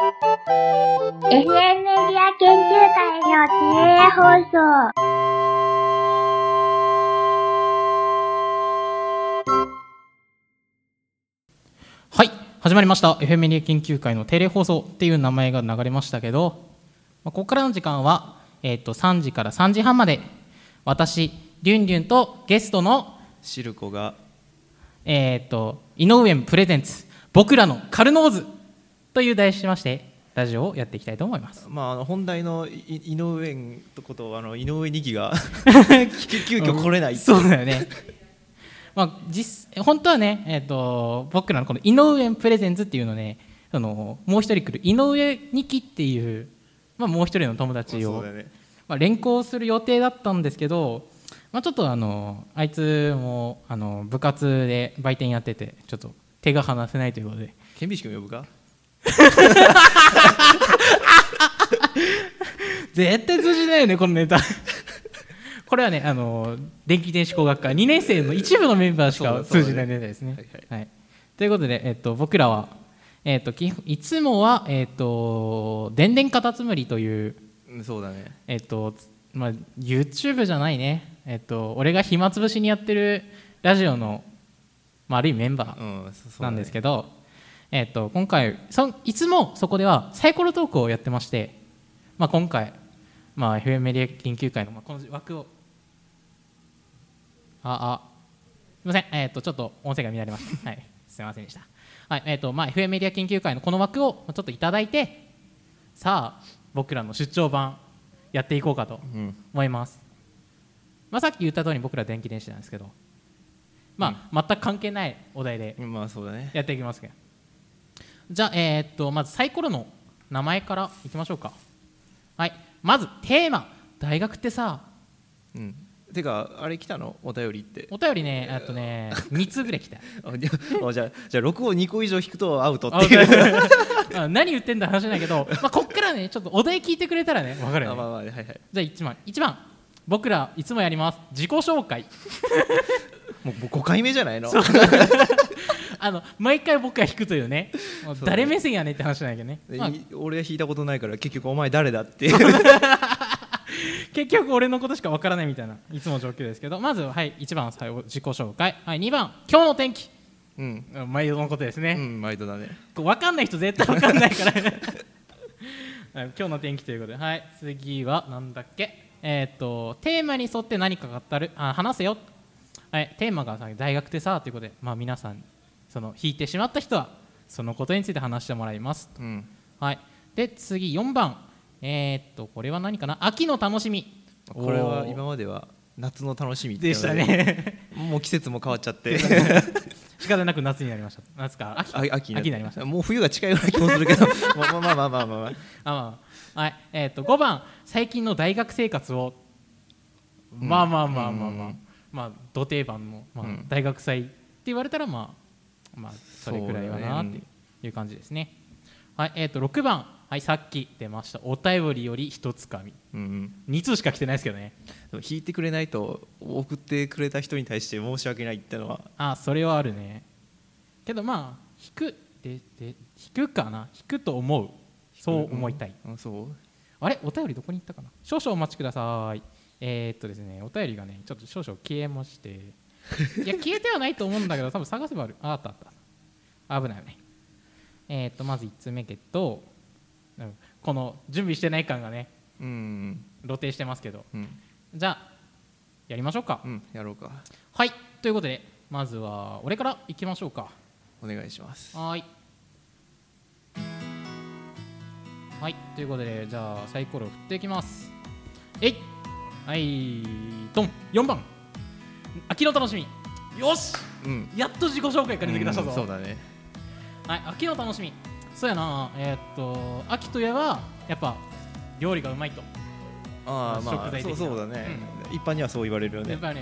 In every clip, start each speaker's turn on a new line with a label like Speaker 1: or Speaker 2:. Speaker 1: FM メディア研究会の定例放送。
Speaker 2: はい始まりました FM メディア研究会の定例放送っていう名前が流れましたけど、まあ、ここからの時間は、えっと3時から3時半まで私りゅんりゅんとゲストの、
Speaker 3: シルコが
Speaker 2: えっと井上プレゼンツ僕らのカルノーズという題しましてラジオをやっていきたいと思います
Speaker 3: まああの本題のい井上ことあの井上二木 が急急遽来れない、
Speaker 2: そうだよねまあ実本当はね、えっと僕らのこの井上プレゼンツっていうのねそのもう一人来る井上二木っていう、まあ、もう一人の友達
Speaker 3: そ
Speaker 2: を
Speaker 3: うだね
Speaker 2: まあ、連行する予定だったんですけど、まあ、ちょっとあのあいつもあの部活で売店やっててちょっと手が離せないということで
Speaker 3: 顕微鏡呼ぶか
Speaker 2: 絶対通じないよねこのネタ これはねあの電気電子工学科2年生の一部のメンバーし
Speaker 3: そう
Speaker 2: か
Speaker 3: だそう
Speaker 2: 通
Speaker 3: だ
Speaker 2: じな
Speaker 3: ね
Speaker 2: いネタですね
Speaker 3: はいはい
Speaker 2: はい、ということで、えっと、僕らは、えっと、基本いつもは、えっと「でんでんカタツムリ」という
Speaker 3: うんそうだね
Speaker 2: えっと、つまあ、YouTube じゃないね、えっと、俺が暇つぶしにやってるラジオの、まあ、ある意味メンバ
Speaker 3: う
Speaker 2: ー
Speaker 3: んそそう
Speaker 2: な
Speaker 3: だね
Speaker 2: んですけど、えっと、今回そいつもそこではサイコロトークをやってまして、まあ、今回、まあ、FM メディア研究会の、まあ、この枠をああすみません、えっとちょっと音声が乱れました、 はい、すみませんでした、はいえっとまあ、FM メディア研究会のこの枠をちょっといただいてさあ僕らの出張版やっていこうかと
Speaker 3: うん
Speaker 2: 思います、まあ、さっき言った通り僕ら電気電子なんですけど、まあ、全く関係ないお題で
Speaker 3: まあそうだね
Speaker 2: やっていきますけどじゃあ、えーっとまずサイコロの名前からいきましょうかはいまずテーマ大学ってさ
Speaker 3: うんてかあれ来たのお便りって
Speaker 2: お便りねえーっとね3つぐらい来た
Speaker 3: あじゃあじゃあじゃあ6を2個以上引くとアウトって
Speaker 2: あ
Speaker 3: いう
Speaker 2: あ何言ってんだ話だけど、まあ、こっからねちょっとお題聞いてくれたらね分かる
Speaker 3: あ
Speaker 2: よ
Speaker 3: ま
Speaker 2: ね
Speaker 3: あまあはいはい
Speaker 2: じゃあ1番1番僕らいつもやります自己紹介
Speaker 3: もうもう5回目じゃないの
Speaker 2: あの毎回僕が引くというねもう
Speaker 3: そうだね
Speaker 2: 誰目線やねんって話なんやけどね、
Speaker 3: で
Speaker 2: まあ
Speaker 3: い俺は引いたことないから結局お前誰だっていう
Speaker 2: 結局俺のことしかわからないみたいないつもの状況ですけどまずはい1番最後自己紹介、はい、2番今日の天気
Speaker 3: うん
Speaker 2: うん毎度のことです
Speaker 3: う
Speaker 2: ね、
Speaker 3: ん毎度だね
Speaker 2: こうわかんない人絶対わかんないからはい今日の天気ということではい次はなんだっけえーっとテーマに沿って何か語るあ話せよはいテーマがさ大学ってさということでまあ皆さんその引いてしまった人はそのことについて話してもらいます
Speaker 3: うん
Speaker 2: はい、で次4番、えーっとこれは何かな秋の楽しみ
Speaker 3: これは今
Speaker 2: おー
Speaker 3: までは夏の楽しみってい
Speaker 2: で
Speaker 3: う
Speaker 2: し
Speaker 3: の
Speaker 2: たね
Speaker 3: もう季節も変わっちゃ って
Speaker 2: 仕方なく夏になりました夏か秋
Speaker 3: あ秋
Speaker 2: 秋になりました
Speaker 3: もう冬が近いような気もする けどまあまあまあまあまあまあ
Speaker 2: あ、まあはいえーっと5番最近の大学生活を、まあまあまあまあまあ、
Speaker 3: う
Speaker 2: まあ土定番の、まあ
Speaker 3: うん
Speaker 2: 大学祭って言われたらまあまあそれくらいはな
Speaker 3: そ
Speaker 2: っ
Speaker 3: うだ
Speaker 2: て
Speaker 3: ね
Speaker 2: いう感じですねはいえーっと6番はいさっき出ましたお便りより一つかみ
Speaker 3: うんうん
Speaker 2: 2通しか来てないですけどね
Speaker 3: でも弾いてくれないと送ってくれた人に対して申し訳ないってのは
Speaker 2: あそれはあるねけどまあ引くでで引くかな引くと思うそう思いたい、
Speaker 3: うんそう
Speaker 2: あれお便りどこに行ったかな少々お待ちくださいえー、っとですねお便りがねちょっと少々消えましていや消えてはないと思うんだけど多分探せばあるああったあった危ない危ないえー、っとまず1つ目けどうんこの準備してない感がね
Speaker 3: うん
Speaker 2: 露呈してますけど
Speaker 3: うん
Speaker 2: じゃあやりましょうか、
Speaker 3: うんやろうか
Speaker 2: はいということでまずは俺からいきましょうか
Speaker 3: お願いします
Speaker 2: はーい。はい、ということで、じゃあサイコロ振っていきます。えいはい、ドン !4 番秋の楽しみよし
Speaker 3: うん
Speaker 2: やっと自己紹介から抜け出したぞ、
Speaker 3: うんそうだね
Speaker 2: はい、秋の楽しみそうやな、えーっと、秋といえば、やっぱ料理がうまいと。
Speaker 3: ああま
Speaker 2: 食材的
Speaker 3: あそ
Speaker 2: な
Speaker 3: うそうだね一般にはそう言われるよ
Speaker 2: や
Speaker 3: ね
Speaker 2: っぱね、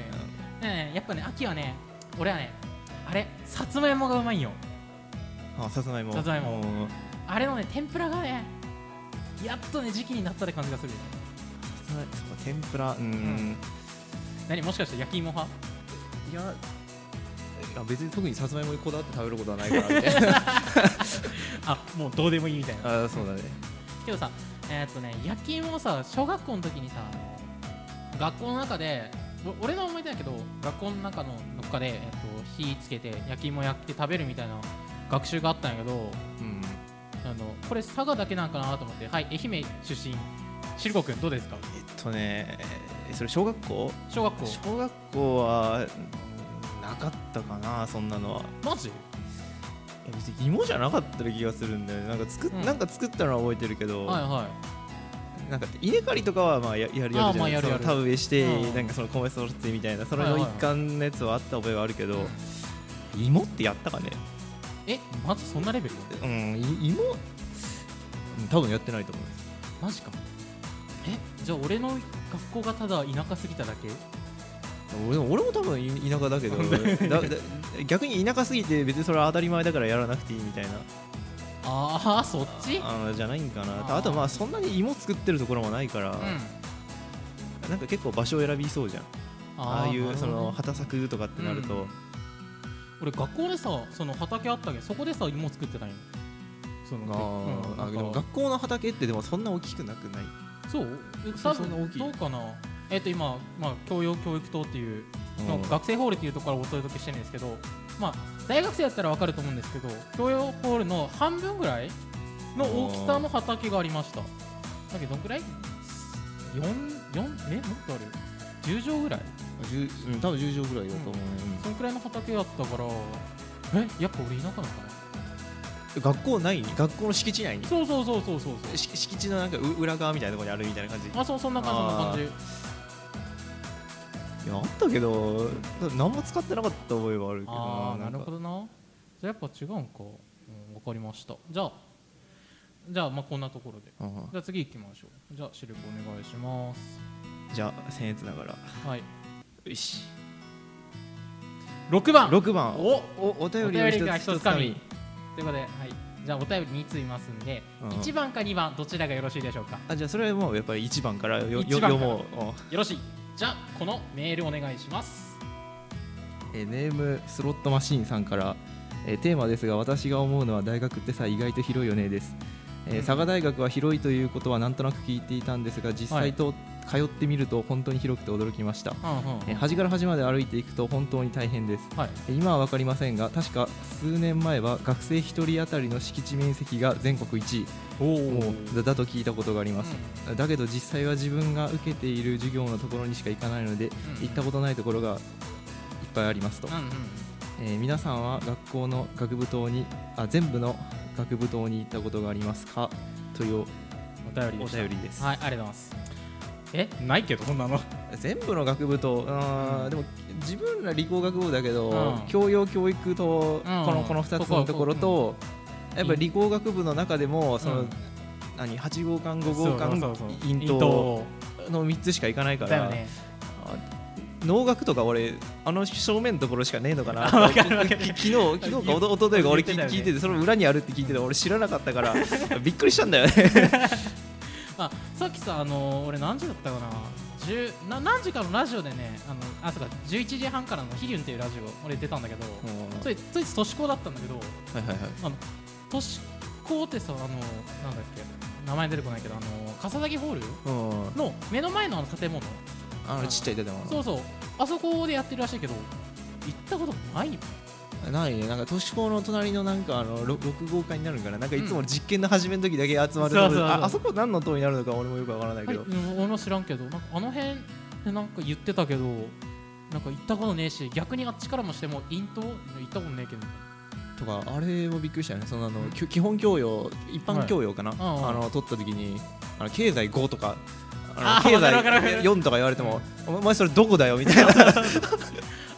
Speaker 2: ねえやっぱね、秋はね、俺はね、あれ、さつまいもがうまいんよ。
Speaker 3: あさつまいも
Speaker 2: さつまいも
Speaker 3: うん
Speaker 2: あれのね、天ぷらがね、やっとね、時期になったって感じがするよね。
Speaker 3: さつまいそうか天ぷらうん
Speaker 2: 何もしかして焼き芋派
Speaker 3: いやあ別に特にさつまいもにこだわって食べることはないからみた いな
Speaker 2: あもうどうでもいいみたいな
Speaker 3: あそうだね
Speaker 2: けどさえーっとね焼き芋をさ小学校の時にさ学校の中でお俺の思い出だけど学校の中のどっかで、えーっと火つけて焼き芋やって食べるみたいな学習があったんやけど
Speaker 3: うん
Speaker 2: あのこれ佐賀だけなんかなと思ってはい愛媛出身しるこくんどうですか
Speaker 3: えっとねそれ小学校
Speaker 2: 小学校
Speaker 3: 小学校はうんなかったかなそんなのは
Speaker 2: マジ
Speaker 3: え別に芋じゃなかった気がするんだよねなんか作っ、
Speaker 2: うん
Speaker 3: なんか作ったのは覚えてるけど、
Speaker 2: はいは
Speaker 3: なんか稲刈りとかはまあややるやるじ
Speaker 2: あ
Speaker 3: ゃ
Speaker 2: ーまあ
Speaker 3: ない
Speaker 2: やるやる
Speaker 3: 田植えして、
Speaker 2: うん
Speaker 3: なんかその米育てみたいなそれ
Speaker 2: は
Speaker 3: の
Speaker 2: い
Speaker 3: 一
Speaker 2: はい
Speaker 3: 環のやつはあった覚えはあるけど、芋ってやったかね
Speaker 2: いえまずそんなレベル
Speaker 3: うんい芋うん多分やってないと思います
Speaker 2: マジかえじゃあ俺の学校がただ田舎すぎただけ
Speaker 3: 俺俺も多分い田 舎だけどだだ逆に田舎すぎて別にそれは当たり前だからやらなくていいみたいな
Speaker 2: ああそっち
Speaker 3: あのじゃないんかな
Speaker 2: あー
Speaker 3: あとまあそんなに芋作ってるところもないから、
Speaker 2: うん
Speaker 3: なんか結構場所を選びそうじゃんああい
Speaker 2: ーな
Speaker 3: う
Speaker 2: るほ
Speaker 3: そ
Speaker 2: どね
Speaker 3: の畑作とかってなると、
Speaker 2: うん俺学校でさその畑あったけどそこでさ芋作ってたんよその
Speaker 3: あーあ
Speaker 2: うん
Speaker 3: でも
Speaker 2: なんか
Speaker 3: 学校の畑ってでもそんな大きくなくない
Speaker 2: そうえ
Speaker 3: そ
Speaker 2: 多
Speaker 3: そんな大き
Speaker 2: 分
Speaker 3: い
Speaker 2: どうかなえっ、と今、まあ、教養教育棟っていうの
Speaker 3: うん
Speaker 2: 学生ホールっていうところをお届けしてるんですけど、まあ、大学生だったら分かると思うんですけど教養ホールの半分ぐらいの大きさの畑がありましただけどどんぐらい ?4 4えもっとある10畳ぐらい
Speaker 3: 十うん多分10畳ぐらいだと思うね、
Speaker 2: そんくらいの畑だったからえやっぱ俺田舎なのかな
Speaker 3: うん学校ない学校の敷地内に
Speaker 2: そうそうそうそうそうそう
Speaker 3: し敷地のなんかう裏側みたいなところにあるみたいな感じいや
Speaker 2: あそうそんな感じそんな感じ
Speaker 3: あったけど何も使ってなかった覚えはあるけど
Speaker 2: ああーなるほ
Speaker 3: ど
Speaker 2: どなじゃあやっぱ違うんか、うん、分かりましたじゃあじゃあまあこんなところでじゃあ次行きましょうじゃあ視力お願いします
Speaker 3: じゃあ僭越ながら
Speaker 2: はい
Speaker 3: よし
Speaker 2: 6番
Speaker 3: 6番
Speaker 2: お
Speaker 3: おお
Speaker 2: お
Speaker 3: 便り
Speaker 2: 便
Speaker 3: を
Speaker 2: り
Speaker 3: 一
Speaker 2: が
Speaker 3: つ
Speaker 2: 一
Speaker 3: 一
Speaker 2: つ
Speaker 3: つ
Speaker 2: か
Speaker 3: か
Speaker 2: み
Speaker 3: み
Speaker 2: ということで、はい、じゃあお便り2通いますんで、
Speaker 3: うん
Speaker 2: 1番か2番どちらがよろしいでしょうか
Speaker 3: あじゃあそれはもうやっぱり1番からよよ
Speaker 2: 一番から
Speaker 3: 読もううん
Speaker 2: よろしいじゃあこのメールお願いします
Speaker 3: えーネームスロットマシーンさんから、えーテーマですが私が思うのは大学ってさ意外と広いよねです、
Speaker 2: う
Speaker 3: えー
Speaker 2: ん
Speaker 3: 佐賀大学は広いということはなんとなく聞いていたんですが実際と通ってみると本当に広くて驚きました、
Speaker 2: うんうん
Speaker 3: えー端から端まで歩いていくと本当に大変です
Speaker 2: はい
Speaker 3: えー今は分かりませんが確か数年前は学生1人当たりの敷地面積が全国1
Speaker 2: お
Speaker 3: 位
Speaker 2: お
Speaker 3: もうだだと聞いたことがあります、だけど実際は自分が受けている授業のところにしか行かないので、
Speaker 2: うん
Speaker 3: 行ったことないところがいっぱいありますと、
Speaker 2: うんうん
Speaker 3: えー皆さんは学校の学部棟にあ全部の学部棟に行ったことがありますかという
Speaker 2: お便りで
Speaker 3: お
Speaker 2: した
Speaker 3: 便りです、
Speaker 2: はいありがとうございますえないけどこんなの
Speaker 3: 全部の学部棟うーん
Speaker 2: うん
Speaker 3: でも自分ら理工学部だけど、
Speaker 2: うん
Speaker 3: 教養教育と、
Speaker 2: うん
Speaker 3: このこの2つのところと、やっぱり理工学部の中でもその、
Speaker 2: うん
Speaker 3: 何8号館5号館
Speaker 2: そうそうそう
Speaker 3: 院棟の3つしか行かないから
Speaker 2: だよね
Speaker 3: あ農学とか俺あの正面のところしかねえの かな
Speaker 2: わかるわかる
Speaker 3: き昨日昨日かおとおとといか俺聞い
Speaker 2: 言ってたよね
Speaker 3: 聞いててその裏にあるって聞いてて俺知らなかったから びっくりしたんだよね
Speaker 2: あさっきさあの俺何時だったかな10な何時かのラジオでねあのあそうか11時半からの「ヒリュン」っていうラジオ俺出たんだけど、それそいつ年子だったんだけど
Speaker 3: はいはいはい
Speaker 2: あの年子ってさあのなんだっけ名前出てこないけどあの笠崎ホール
Speaker 3: うん
Speaker 2: の目の前のあの建物
Speaker 3: あのちっちゃい建物
Speaker 2: そうそうあそこでやってるらしいけど行ったことないよ
Speaker 3: ないねなんか都市高の隣のなんかあのろ6号館になるんかななんかいつも実験の始めの時だけ集まる、
Speaker 2: そうそうそう
Speaker 3: ああそこ何の塔になるのか俺もよくわからない
Speaker 2: は
Speaker 3: け
Speaker 2: い、
Speaker 3: ど、
Speaker 2: うん俺も知らんけどなんかあの辺でなんか言ってたけどなんか行ったことねえし逆にあっちからもしてもイント行ったことねえけど
Speaker 3: とかあれもびっくりしたよねそのあのき基本教養一般教養かな、
Speaker 2: はいうんうん
Speaker 3: あの取った時にあの経済5とか
Speaker 2: あ
Speaker 3: あ
Speaker 2: ー
Speaker 3: の経済
Speaker 2: わかるわかるわかる
Speaker 3: 4とか言われても、お前それどこだよみ たいな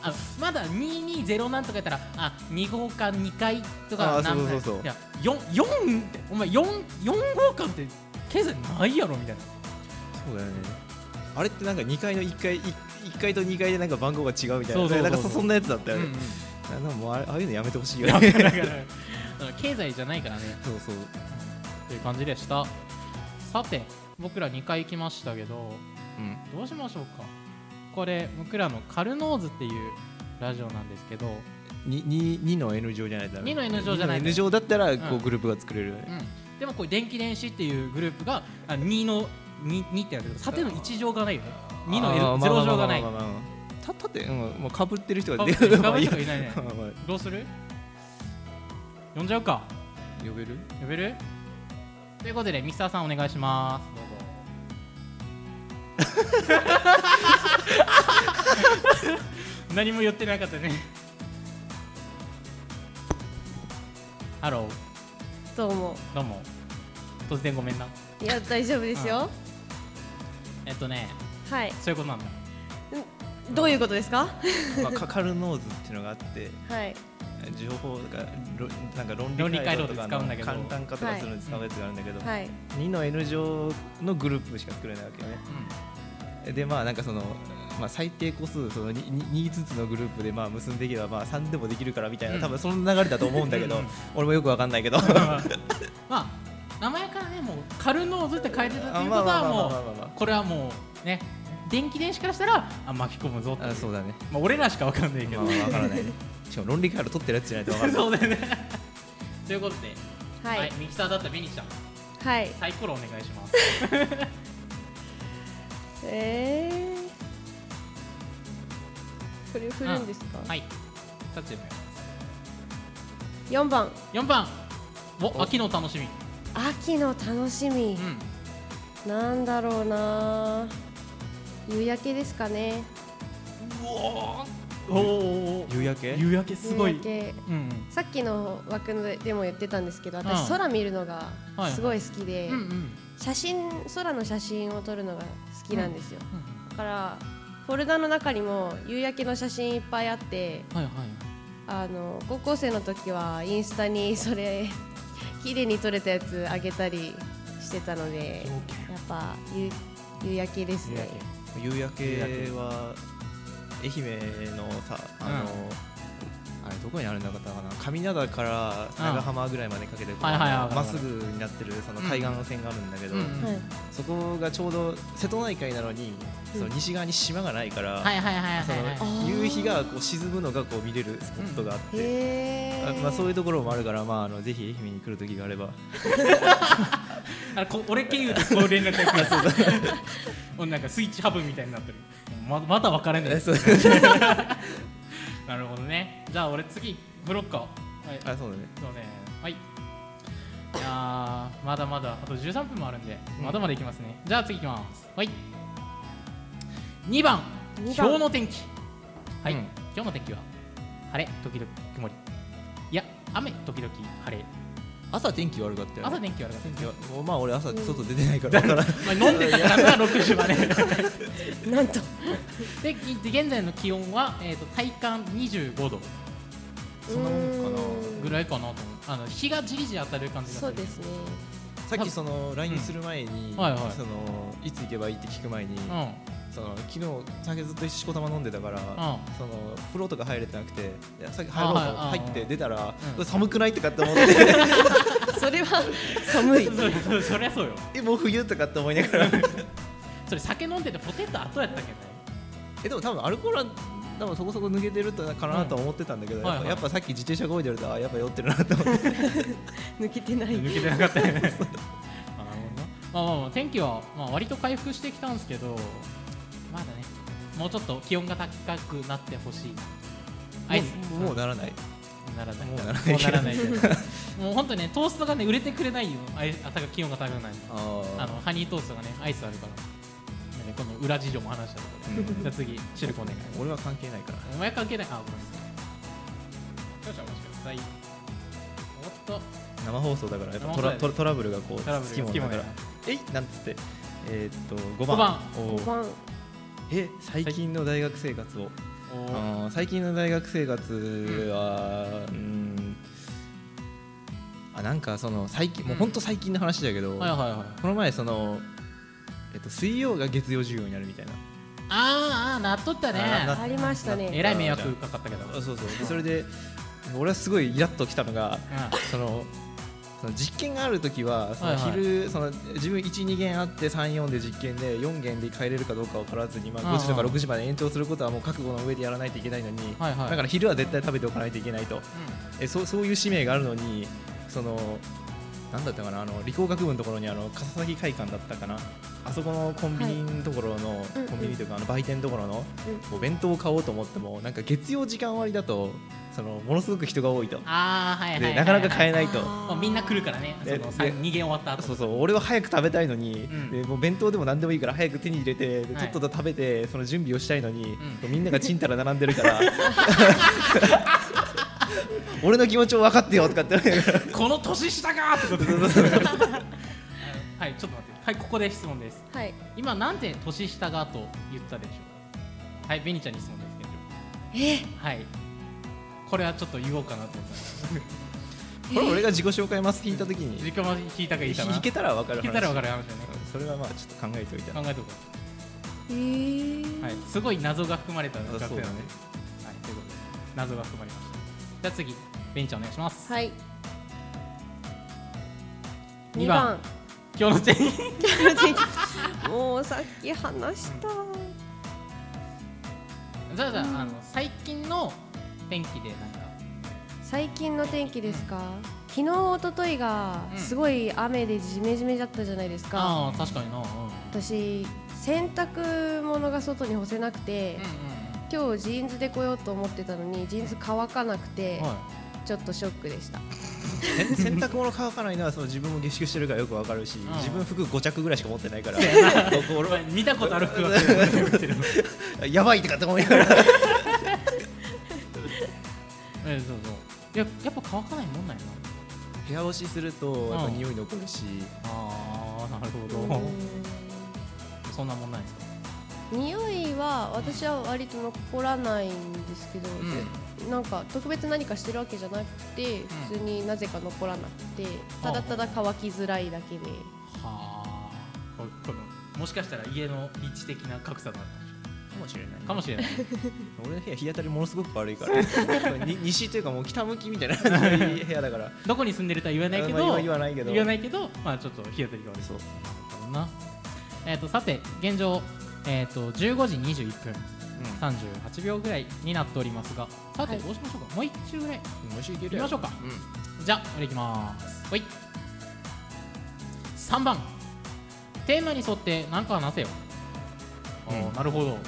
Speaker 2: あまだ220なんとかやったらあ2号館2階とか
Speaker 3: あー
Speaker 2: なん
Speaker 3: そうそうそう
Speaker 2: いや 4, 4ってお前 4, 4号館って経済ないやろみたいな
Speaker 3: そうだよねあれってなんか2階の1階い一階と2階でなんか番号が違うみたいな
Speaker 2: そうそうそうそう
Speaker 3: なんかそそんなやつだったよ
Speaker 2: うん
Speaker 3: ね
Speaker 2: うん、
Speaker 3: なんかもうあれああいうのやめてほしいよ
Speaker 2: だ
Speaker 3: ね
Speaker 2: からだから経済じゃないからね
Speaker 3: そうそう
Speaker 2: という感じでしたさて僕ら2回行きましたけど
Speaker 3: うん
Speaker 2: どうしましょうかこれ僕らのカルノーズっていうラジオなんですけど、
Speaker 3: にに2の N 乗じゃないとダメ
Speaker 2: 二の N 乗じゃない
Speaker 3: 二の N 乗だったら
Speaker 2: う
Speaker 3: こうんグループが作れるよね、
Speaker 2: うん、でもこう電気電子っていうグループがあ2の 2, 2ってやるけど縦の1乗がないよね2の L
Speaker 3: あーまあ
Speaker 2: 0乗がない
Speaker 3: まあまあまあまあたたて、うん、もうかぶってる人
Speaker 2: か
Speaker 3: が
Speaker 2: ぶ
Speaker 3: 出
Speaker 2: ってる人
Speaker 3: まあ
Speaker 2: がいないね
Speaker 3: まあまあ
Speaker 2: どうする呼んじゃうか
Speaker 3: 呼べる
Speaker 2: 呼べるということでミキサーさんお願いしますどうぞ 何も言ってなかったねハロー
Speaker 4: どうも
Speaker 2: どうも突然ごめんない
Speaker 4: や大丈夫ですよ
Speaker 2: えっとね
Speaker 4: はい
Speaker 2: そういうことなんだ
Speaker 4: どういうことですか
Speaker 3: ま あ、カカルノーズっていうのがあって
Speaker 4: はい
Speaker 3: 情報とかろなんか
Speaker 2: 論
Speaker 3: 論
Speaker 2: 理
Speaker 3: 理
Speaker 2: 回
Speaker 3: 回
Speaker 2: 路
Speaker 3: 路
Speaker 2: で
Speaker 3: と
Speaker 2: 使
Speaker 3: か
Speaker 2: うん
Speaker 3: の
Speaker 2: だけど
Speaker 3: 簡単化とかするのに使うやつがあるんだけど、
Speaker 4: はい
Speaker 3: 2の N 乗のグループしか作れないわけよね
Speaker 2: うん
Speaker 3: でまあなんかその、まあ、最低個数その 2, 2ずつのグループでまあ結んでいけばまあ3でもできるからみたいな、
Speaker 2: うん
Speaker 3: 多分その流れだと思うんだけど
Speaker 2: うんうん
Speaker 3: 俺もよくわかんない けど
Speaker 2: まあ名前からねもうカルノーズって書いてたっていうこと
Speaker 3: あまあまあま
Speaker 2: は
Speaker 3: あまあまあ
Speaker 2: もうこれはもうね電気電子からしたらあ巻き込むぞっていう
Speaker 3: あそうだね
Speaker 2: まあ俺らしかわかんないけ
Speaker 3: ま
Speaker 2: ど、
Speaker 3: あわからないねしかも論理回路取ってるやつじゃないとわかんな い
Speaker 2: そうだよねということで、
Speaker 4: はい
Speaker 2: はい、ミキサーだったらミニちゃん
Speaker 4: はい
Speaker 2: サイコロお願いします
Speaker 4: えーこれを振るんですか
Speaker 2: はいタッチでもよ
Speaker 4: 4番
Speaker 2: 4番お秋の楽しみ
Speaker 4: 秋の楽しみ
Speaker 2: うん
Speaker 4: なんだろうな夕焼けですかね
Speaker 2: おお
Speaker 3: 夕焼け
Speaker 2: 夕焼けすごい
Speaker 4: 夕焼け
Speaker 2: うん
Speaker 4: さっきの枠のでも言ってたんですけど
Speaker 2: うん
Speaker 4: 私空見るのが
Speaker 2: はい
Speaker 4: すごい好き
Speaker 2: う
Speaker 4: で
Speaker 2: んうんうんうん
Speaker 4: 写真空の写真を撮るのが好きなんですよ
Speaker 2: うん
Speaker 4: だからフォルダの中にも夕焼けの写真いっぱいあって
Speaker 2: はいはい
Speaker 4: あの高校生の時はインスタに それ綺麗に撮れたやつあげたりしてたので
Speaker 2: 条
Speaker 4: やっぱ夕夕焼けです
Speaker 2: 件夕
Speaker 4: ね
Speaker 2: 焼け
Speaker 3: 夕焼け
Speaker 2: 夕焼け
Speaker 3: は愛媛のさあの、あれどこにあるんだったかな上灘から長浜ぐらいまでかけてこう
Speaker 2: はいはいはい
Speaker 3: あ
Speaker 2: はい
Speaker 3: のまっすぐになってるその海岸線があるんだけど、
Speaker 2: うんうん
Speaker 4: はい
Speaker 3: そこがちょうど瀬戸内海なのに、その西側に島がないから、
Speaker 2: はいはいはいはいはい
Speaker 3: その夕日がこう沈むのがこう見れるスポットがあって、
Speaker 4: へ
Speaker 3: あまあ、そういううところもあるから、まあ、あのぜひ愛媛に来る時があれば
Speaker 2: あこ俺経由でこう連絡が来たもうなんかスイッチハブみたいになってるままだ分からない
Speaker 3: えそう
Speaker 2: なるほどねじゃあ俺次ブロッカーはい
Speaker 3: あそうだね
Speaker 2: そうねはいいやーまだまだあと13分もあるんで
Speaker 3: うん
Speaker 2: まだまだいきますね、じゃあ次いきますはい2番
Speaker 4: 二番
Speaker 2: 今日の天気はい、
Speaker 3: うん
Speaker 2: 今日の天気は晴れ時々曇りいや雨時々晴れ
Speaker 3: 朝天気悪かったよ、ね、
Speaker 2: 朝天気悪かった
Speaker 3: 天気はもうまあ俺朝外出てないから分からない
Speaker 2: まあ飲んでたからな6時まで
Speaker 4: なんと
Speaker 2: でき現在の気温は、えー、と体感25度
Speaker 3: そんなもんかな
Speaker 4: うーん
Speaker 2: ぐらいかなと思うあの日がじりじり当たる感じが
Speaker 4: そうですね
Speaker 3: さっきその LINE する前に、
Speaker 2: はいはい
Speaker 3: そのいつ行けばいいって聞く前に、
Speaker 2: うんうん
Speaker 3: その昨日酒ずっとしこたま飲んでたから、その風呂とか入れてなくていやさっき入ろうと
Speaker 2: あはいあ
Speaker 3: 入って出たら、
Speaker 2: うん
Speaker 3: 寒くないとかって思って
Speaker 4: それは寒い
Speaker 2: そう そうそりゃそうよ
Speaker 3: えもう冬とかって思い ながら
Speaker 2: それ酒飲んでてポテト後やったけどね
Speaker 3: えでも多分アルコールは多分そこそこ抜けてるとかなとは思ってたんだけど、
Speaker 2: うん
Speaker 3: やっぱ
Speaker 2: はいはい
Speaker 3: やっぱさっき自転車こいでるとあやっぱ酔ってるなと思って
Speaker 4: 抜けてない
Speaker 2: 抜けてなかったよねあなるほどなまあまあまあ天気はまあ割と回復してきたんですけどまだねもうちょっと気温が高くなってほしい アイス
Speaker 3: もうもうならない
Speaker 2: ならない
Speaker 3: もうならない
Speaker 2: もうならないけどもう本当ねトーストがね売れてくれないよアイスあたか気温が高くない
Speaker 3: あ
Speaker 2: あのハニートーストがねアイスあるからなんでこの裏事情も話したところでじゃあ次シルクお願い
Speaker 3: 俺は関係ないから
Speaker 2: お前関係ないあごめんなさい少々お待ちくださいおっと
Speaker 3: 生放送だからやっぱト
Speaker 2: 生放送
Speaker 3: ラ
Speaker 2: だよね
Speaker 3: トラトラブルがこう
Speaker 2: トラブル
Speaker 3: つきものだから
Speaker 2: つきも
Speaker 3: えいなんつってえーっと
Speaker 2: 五
Speaker 3: 5番
Speaker 2: 番
Speaker 3: おー
Speaker 4: 番
Speaker 3: え最近の大学生活を
Speaker 2: お
Speaker 3: あのー最近の大学生活はうーんあなんかその最近もう本当最近の話だけど、
Speaker 2: はいはいはい
Speaker 3: この前そのえっと水曜が月曜授業になるみたいな
Speaker 2: あーあーなっとった
Speaker 3: あな
Speaker 2: ね
Speaker 4: ありましたね
Speaker 2: えらい迷惑かかったけど
Speaker 3: あそうそうでそれで俺はすごいイラッときたのが
Speaker 2: う
Speaker 3: そのその実験がある時はその
Speaker 2: はいはい
Speaker 3: 昼、その自分12限あって34で実験で4限で帰れるかどうか分からずに、ま
Speaker 2: うんう
Speaker 3: あ、
Speaker 2: ん
Speaker 3: 5時とか6時まで延長することはもう覚悟の上でやらないといけないのに、
Speaker 2: はいはい
Speaker 3: だから昼は絶対食べておかないといけないとえそうそういう使命があるのにそのなんだったかなあの理工学部のところにあの笠崎会館だったかなあそこのコンビニのところの、
Speaker 4: うんうん
Speaker 3: コンビニというかあの売店のところのお弁当を買おうと思ってもなんか月曜時間割だとそのものすごく人が多いと
Speaker 2: ああはいはいはい
Speaker 3: で
Speaker 2: はい
Speaker 3: なかなか買え
Speaker 4: え
Speaker 3: ないと。
Speaker 2: もうみんな来るからねそ
Speaker 3: で
Speaker 2: の
Speaker 3: で
Speaker 2: 2限終わった後
Speaker 3: そうそう俺は早く食べたいのに、
Speaker 2: うん
Speaker 3: でもう弁当でも何でもいいから早く手に入れてで
Speaker 2: はい
Speaker 3: とっとと食べてその準備をしたいのに、
Speaker 2: う
Speaker 3: みんながちんたら並んでるから 俺の気持ちを分かってよと かって
Speaker 2: この年下がってことで はいちょっと待ってはいここで質問です
Speaker 4: はい
Speaker 2: 今なんて年下がと言ったでしょうはいベニちゃんに質問ですけど
Speaker 4: え
Speaker 2: はいこれはちょっと言おうかなと思ったんです
Speaker 3: これ俺が自己紹介マス引いた時に
Speaker 2: 時間は引いたかいいかな
Speaker 3: 引けたら分かる話
Speaker 2: 引けたら分かる話だね
Speaker 3: それはまあちょっと考えておいた
Speaker 2: 考えとこ
Speaker 4: えー
Speaker 2: う、はい、すごい謎が含まれた学生なの
Speaker 3: そう
Speaker 2: で、
Speaker 3: だね
Speaker 2: はい、ということで謎が含まれましたじゃあ次ベニちゃんお願いします、
Speaker 4: はい
Speaker 2: 二
Speaker 4: 2
Speaker 2: 番
Speaker 4: 番
Speaker 2: 今日の点
Speaker 4: もうさっき話した
Speaker 2: じゃあじゃああの最近の天気でなんか
Speaker 4: 最近の天気ですか昨日一昨日が
Speaker 2: うん
Speaker 4: すごい雨でジメジメだったじゃないですか、
Speaker 2: ああ確かになうんうん
Speaker 4: 私洗濯物が外に干せなくて、今日ジーンズで来ようと思ってたのにジーンズ乾かなくて、
Speaker 2: はい
Speaker 4: ちょっとショックでした
Speaker 3: 洗洗濯物乾かないのはその自分も下宿してるからよく分かるし
Speaker 2: ん
Speaker 3: 自分服5着ぐらいしか持ってないから ここ俺は
Speaker 2: 見たことある服が着てる
Speaker 3: やばいとかって思いながら
Speaker 2: えそうそうややっぱ乾かないもんなんやな
Speaker 3: 部屋干しするとやっぱ匂い残るし
Speaker 2: ああなるほ そんなもんないですか
Speaker 4: 匂いは私は割と残らないんですけど、なんか特別何かしてるわけじゃなくて普通になぜか残らなくてただただ乾きづらいだけで
Speaker 2: はあここのもしかしたら家の立地的な格差だった
Speaker 3: かもしれない
Speaker 2: かもしれ ない
Speaker 3: 俺の部屋日当たりものすごく悪いから に西というかもう北向きみたいな部屋だから
Speaker 2: どこに住んでるとは言わないけど
Speaker 3: まあ言わ言わないけど
Speaker 2: 言わないけどまあちょっと日当たりが悪い
Speaker 3: そう
Speaker 2: そうなえっ、とさて現状えっ、と15時21分
Speaker 3: う
Speaker 2: 38秒ぐらいになっておりますがさて
Speaker 4: はい
Speaker 2: どうしましょうか、もう一周ぐらい
Speaker 3: んもしい
Speaker 2: 行
Speaker 3: け
Speaker 2: きましょうかじゃあ、俺行きます。ほい。3番。テーマに沿って何か話せよ。あー
Speaker 3: うん
Speaker 2: なるほど。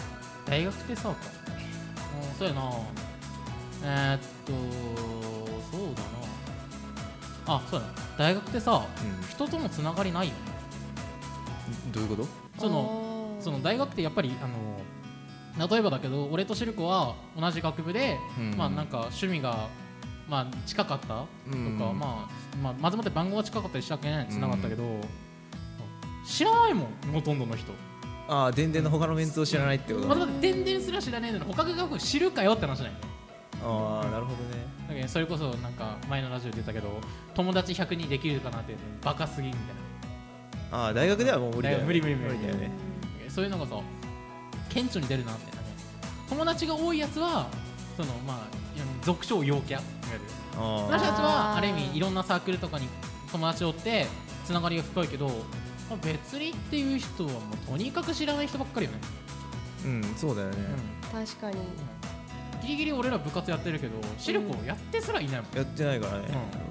Speaker 2: 大学ってそうか。うん、そうやな。えー、っと、そうだな。あ、そうだな。大学ってさ、
Speaker 3: う
Speaker 2: 人とのつながりないよね。
Speaker 3: んどういうこと
Speaker 2: その、その大学ってやっぱり、あの、例えばだけど、俺とシルコは同じ学部で、
Speaker 3: うん
Speaker 2: まあなんか趣味が、まあ近かった
Speaker 3: う
Speaker 2: とか、まあ、まあ、まずもって番号が近かったりしたけん、つながったけど、知らないもん、ほとんどの人。
Speaker 3: ああ全然の他のメンツを知らないってこと
Speaker 2: まずもって、でんでんすら知らないのに、他の学知るかよって話ない
Speaker 3: ああなるほどね
Speaker 2: だけどそれこそ、なんか、前のラジオで言ったけど、友達100人できるかなって、バカすぎみたい
Speaker 3: ああ大学ではもう無理だよね
Speaker 2: 無理無理無理
Speaker 3: だよね
Speaker 2: な。そういうのがさ、顕著に出るなって、なんか友達が多いやつは、その、まあ、俗称陽キャ。
Speaker 3: あ
Speaker 2: 私たち
Speaker 4: あ
Speaker 2: は
Speaker 4: ー
Speaker 2: ある意味いろんなサークルとかに友達おってつながりが深いけど、まあ別にっていう人はもうとにかく知らない人ばっかりよね、
Speaker 3: ーうんそうだよね
Speaker 4: 確かに
Speaker 2: ギリギリ俺ら部活やってるけどシルコやってすらいないもん、
Speaker 3: やってないからね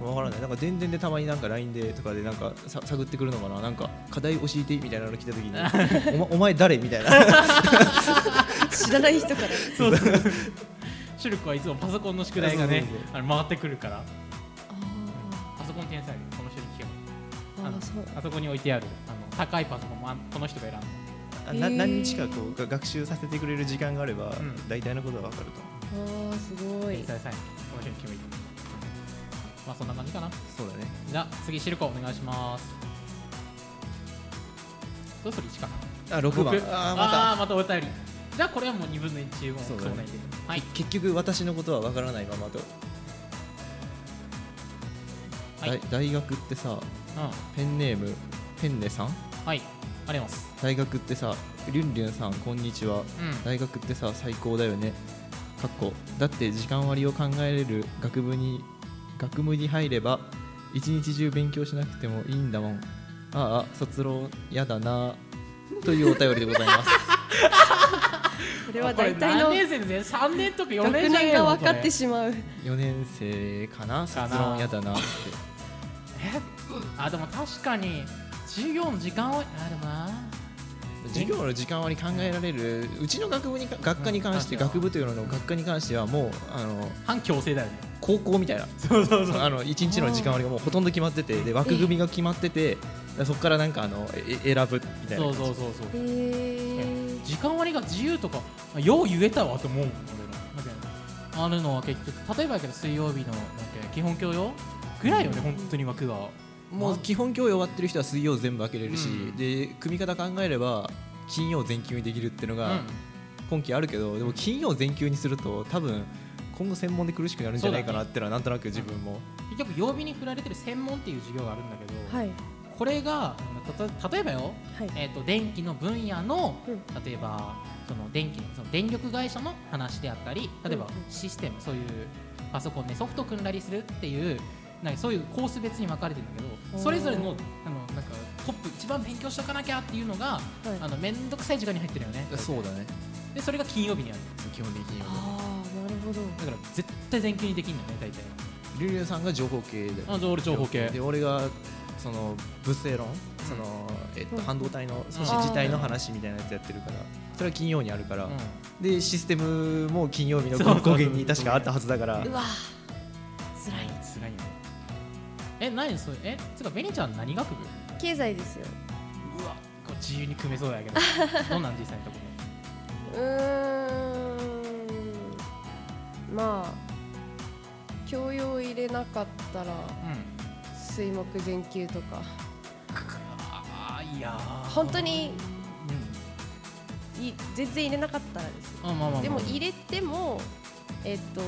Speaker 3: わからないなんか全然でたまになんか LINE でとかでなんかさ探ってくるのかななんか課題教えてみたいなの来た時 におまお前誰みたいな
Speaker 4: 知らない人から
Speaker 2: そうそうシルコはいつもパソコンの宿題がね
Speaker 3: そうそ
Speaker 2: あ
Speaker 3: う
Speaker 2: の回ってくるから
Speaker 4: あ
Speaker 2: パソコン天才だけどこの人に聞けば
Speaker 4: ーあーそう
Speaker 2: あそこに置いてあるあの高いパソコンもあこの人が選んだ
Speaker 3: あな
Speaker 4: へー
Speaker 3: 何日かこうが学習させてくれる時間があれば
Speaker 2: うん
Speaker 3: 大体のことは分かると
Speaker 4: あーすごい
Speaker 2: 天才さんこの人に決めてまあそんな感じかな
Speaker 3: そうだね
Speaker 2: じゃあ次シルコお願いしますそろそろ1かな
Speaker 3: あ6
Speaker 2: 僕
Speaker 3: 番あー
Speaker 2: あ
Speaker 3: ま
Speaker 2: ーまたお便りじゃあこれはもう2分の1を
Speaker 3: そうだ
Speaker 2: そう
Speaker 3: ね
Speaker 2: ないではい
Speaker 3: た結局私のことは分からないままと
Speaker 2: はい、
Speaker 3: だい大学ってさ
Speaker 2: うん
Speaker 3: ペンネームペンネさん
Speaker 2: はいありがとうございます
Speaker 3: 大学ってさりゅんりゅんさんこんにちは大学ってさ最高だよねかっこだって時間割を考えれる学部に学部に入れば一日中勉強しなくてもいいんだもんああ卒論やだなというお便りでございます
Speaker 4: これは大体
Speaker 2: あこ
Speaker 4: の
Speaker 2: れ何年生ですね3年とか4
Speaker 4: 学
Speaker 2: 年じゃねえ
Speaker 4: 年
Speaker 2: よ
Speaker 4: が分かって
Speaker 2: こ
Speaker 4: しまう
Speaker 3: 4年生かな
Speaker 2: かな
Speaker 3: 卒論やだなっ
Speaker 2: れ
Speaker 3: て
Speaker 2: えあでも確かに授業の時間はあるな
Speaker 3: 授業の時間割り考えられるうちの学部にか学科に関して
Speaker 2: うん
Speaker 3: 学部というのの学科に関してはもうあの
Speaker 2: 反強制だよね
Speaker 3: 高校みたいな
Speaker 2: そうそう
Speaker 3: あの一日の時間割りがもうほとんど決まっててで枠組みが決まっててそこからなんかあのえ選ぶみたいな
Speaker 2: そ
Speaker 3: 感
Speaker 2: う
Speaker 3: じ
Speaker 2: そうそうそう
Speaker 4: えー
Speaker 2: 時間割が自由とかあよう言えたわと思うもん俺らあるのは結局例えばやけど水曜日のなんか基本教養ぐらいよね、本当に枠が
Speaker 3: もう基本教養終わってる人は水曜全部開けれるし、
Speaker 2: うん
Speaker 3: で組み方考えれば金曜全休にできるっていうの
Speaker 2: う
Speaker 3: が今期あるけど、でも金曜全休にすると多分今後専門で苦しくなるんじゃないかなってのはなんとなく自分も、
Speaker 2: 結局曜日に振られてる専門っていう授業があるんだけど、
Speaker 4: はい
Speaker 2: これがたと例えばよ、
Speaker 4: はい
Speaker 2: えー、と電気の分野の
Speaker 4: うん
Speaker 2: 例えばその電気のその電力会社の話であったり例えば
Speaker 4: うんうん
Speaker 2: システム、そういうパソコンでソフト組んだりするっていうなんかそういうコース別に分かれてるんだけど
Speaker 4: おー
Speaker 2: それぞれのあのなんかトップ一番勉強しとかなきゃっていうのが、あの面倒くさい時間に入ってるよね
Speaker 3: そうだね
Speaker 2: でそれが金曜日にある
Speaker 3: 基本的に
Speaker 4: ああなるほど
Speaker 2: だから絶対全休にできんのね大体
Speaker 3: リュウリュウさんが情報系で
Speaker 2: あじゃあ俺情報系
Speaker 3: で俺がその物性論その、えっと、
Speaker 4: うん
Speaker 3: 半導体の組織自体の話みたいなやつやってるからそれは金曜にあるから、
Speaker 2: うん
Speaker 3: でシステムも金曜日の
Speaker 2: そうそう
Speaker 3: 語源に確かあったはずだから
Speaker 4: うわ辛
Speaker 2: 辛い
Speaker 4: い
Speaker 2: よねえ何それえつうかベニちゃん何学部
Speaker 4: 経済ですよ
Speaker 2: うわこう自由に組めそう やけどどんなん実際のとこ
Speaker 4: うーんまあ教養入れなかったら
Speaker 2: ろうん
Speaker 4: 水木全休とか
Speaker 2: あーいやー
Speaker 4: 本当に
Speaker 2: う
Speaker 4: い全然入れなかったらですよ
Speaker 2: んあまあまあまあ
Speaker 4: でも入れてもえっと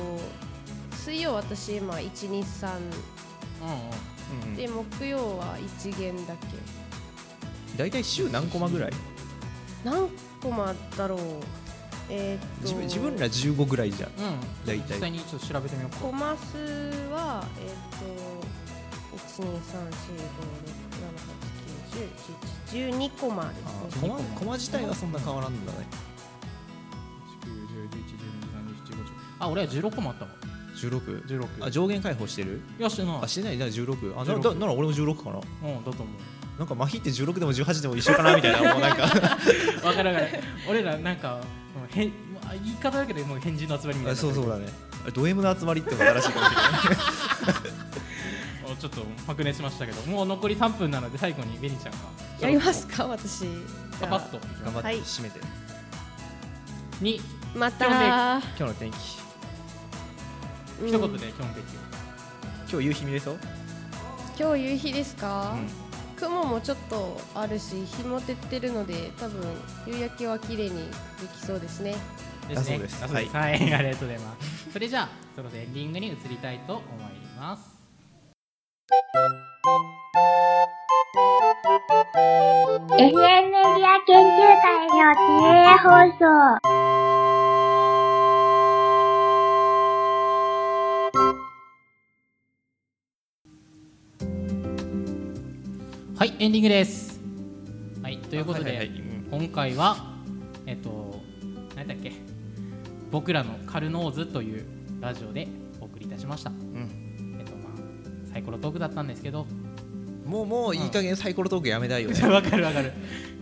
Speaker 4: 水曜私今123
Speaker 2: うんうん
Speaker 3: うん
Speaker 4: で木曜は1限だけ
Speaker 3: 大体週何コマぐらい
Speaker 4: 何コマだろうえっと
Speaker 3: 自分自分ら15ぐらいじゃん
Speaker 2: うん
Speaker 3: 大体
Speaker 2: 実際にちょっと調べてみよう
Speaker 4: コ
Speaker 2: か
Speaker 4: マ数はえっ、と1 2 3 4 5 6 7 8 9 1 0 1 1 2コマです
Speaker 3: コ
Speaker 4: ね
Speaker 3: マコマ自体はそんな変わらんだね
Speaker 2: あ俺は16コマあったもん
Speaker 3: 16
Speaker 2: 16
Speaker 3: あ上限解放してる
Speaker 2: よしな
Speaker 3: あしてないな16あな
Speaker 2: 16
Speaker 3: だなら俺も16かな
Speaker 2: うんだと思う
Speaker 3: なんか麻痺って16でも18でも一緒かなみたい なもうなんか
Speaker 2: わかる わかる俺らなんかもうへんまあ言い方だけどもう変人の集まりみたい
Speaker 3: あ
Speaker 2: な
Speaker 3: そうそうだねあド M の集まりっても新しい かもしれない
Speaker 2: あちょっと白熱しましたけどもう残り3分なので最後にベニちゃんが
Speaker 4: やりますか私
Speaker 2: パパッと
Speaker 3: 頑張って
Speaker 4: はい
Speaker 3: 締めて
Speaker 2: に
Speaker 4: また
Speaker 3: 今日の天気
Speaker 2: 一言で基本的に
Speaker 3: 今日夕日見れそう
Speaker 4: 今日夕日ですか、
Speaker 3: うん
Speaker 4: 雲もちょっとあるし日も照ってるので多分夕焼けは綺麗にできそうですね
Speaker 2: で
Speaker 3: だ
Speaker 2: す
Speaker 3: そ
Speaker 2: ね
Speaker 3: うです
Speaker 2: だそうですはい、 ありがとうございますそれじゃあそろそろエンディングに移りたいと思います
Speaker 1: エフエネリア研究会の定例放送。
Speaker 2: はいエンディングですはいと
Speaker 3: と
Speaker 2: いうことで、
Speaker 3: うん
Speaker 2: 今回はえっと何だっけ僕らのカルノーズというラジオでお送りいたしました
Speaker 3: うん
Speaker 2: えっとまあサイコロトークだったんですけど
Speaker 3: もうもういい加減サイコロトークやめたいよね
Speaker 2: わかるわかる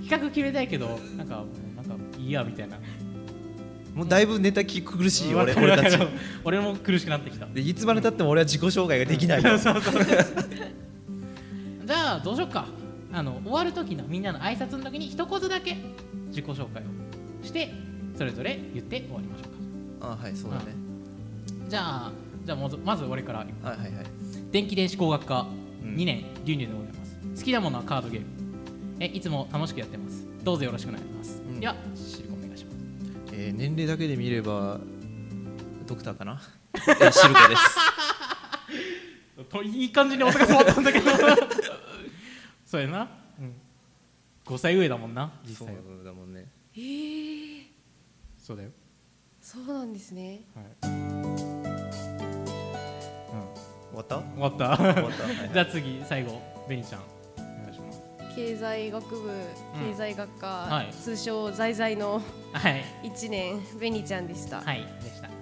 Speaker 2: 企画決めたいけどなんかもうなんかいいやみたいな
Speaker 3: もうだいぶネタき苦し いよ俺
Speaker 2: わかるわ
Speaker 3: 俺
Speaker 2: か
Speaker 3: た
Speaker 2: る
Speaker 3: ち
Speaker 2: 俺も苦しくなってきた
Speaker 3: でいつまでたっても俺は自己紹介ができ ないよ
Speaker 2: じゃあどうしようかあの終わる時のみんなの挨拶の時に一言だけ自己紹介をしてそれぞれ言って終わりましょう
Speaker 3: あはいそうだね
Speaker 2: かじゃあじゃあまずまず俺から
Speaker 3: はいはいはい
Speaker 2: 電気電子工学科
Speaker 3: うん
Speaker 2: 2年牛乳でございます好きなものはカードゲームえいつも楽しくやってますどうぞよろしくお願いします、
Speaker 3: うん
Speaker 2: ではシリコンお願いします
Speaker 3: えー年齢だけで見ればドクターかな えーシルカです
Speaker 2: といい感じにお腹触ったんだけど そうやな、うん、5歳上だもんな実際は
Speaker 3: そうだもんね
Speaker 4: えー、
Speaker 2: そうだよ
Speaker 4: そうなんですね
Speaker 2: はい
Speaker 3: わ った
Speaker 2: 終わった
Speaker 3: 終わったはいはい
Speaker 2: じゃあ次最後ベニちゃんお願いします
Speaker 4: 経済学部
Speaker 2: うん
Speaker 4: 経済学科、
Speaker 2: はい
Speaker 4: 通称在在の
Speaker 2: はい
Speaker 4: 1年紅ちゃんでした。
Speaker 2: はいでした、はい、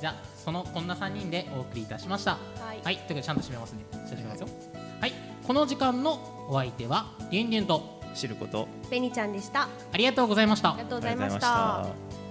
Speaker 2: じゃあそのこんな3人でお送りいたしました
Speaker 4: はい
Speaker 2: はい、ということでちゃんと締めますね。じゃあ締めますよ。はい、この時間のお相手はりゅんりゅんと
Speaker 3: 知ること
Speaker 4: 紅ちゃんでした。あ
Speaker 2: ありがとうございました
Speaker 4: りが。と
Speaker 3: あ
Speaker 4: うございまし
Speaker 3: りがとうございま
Speaker 4: た。
Speaker 3: した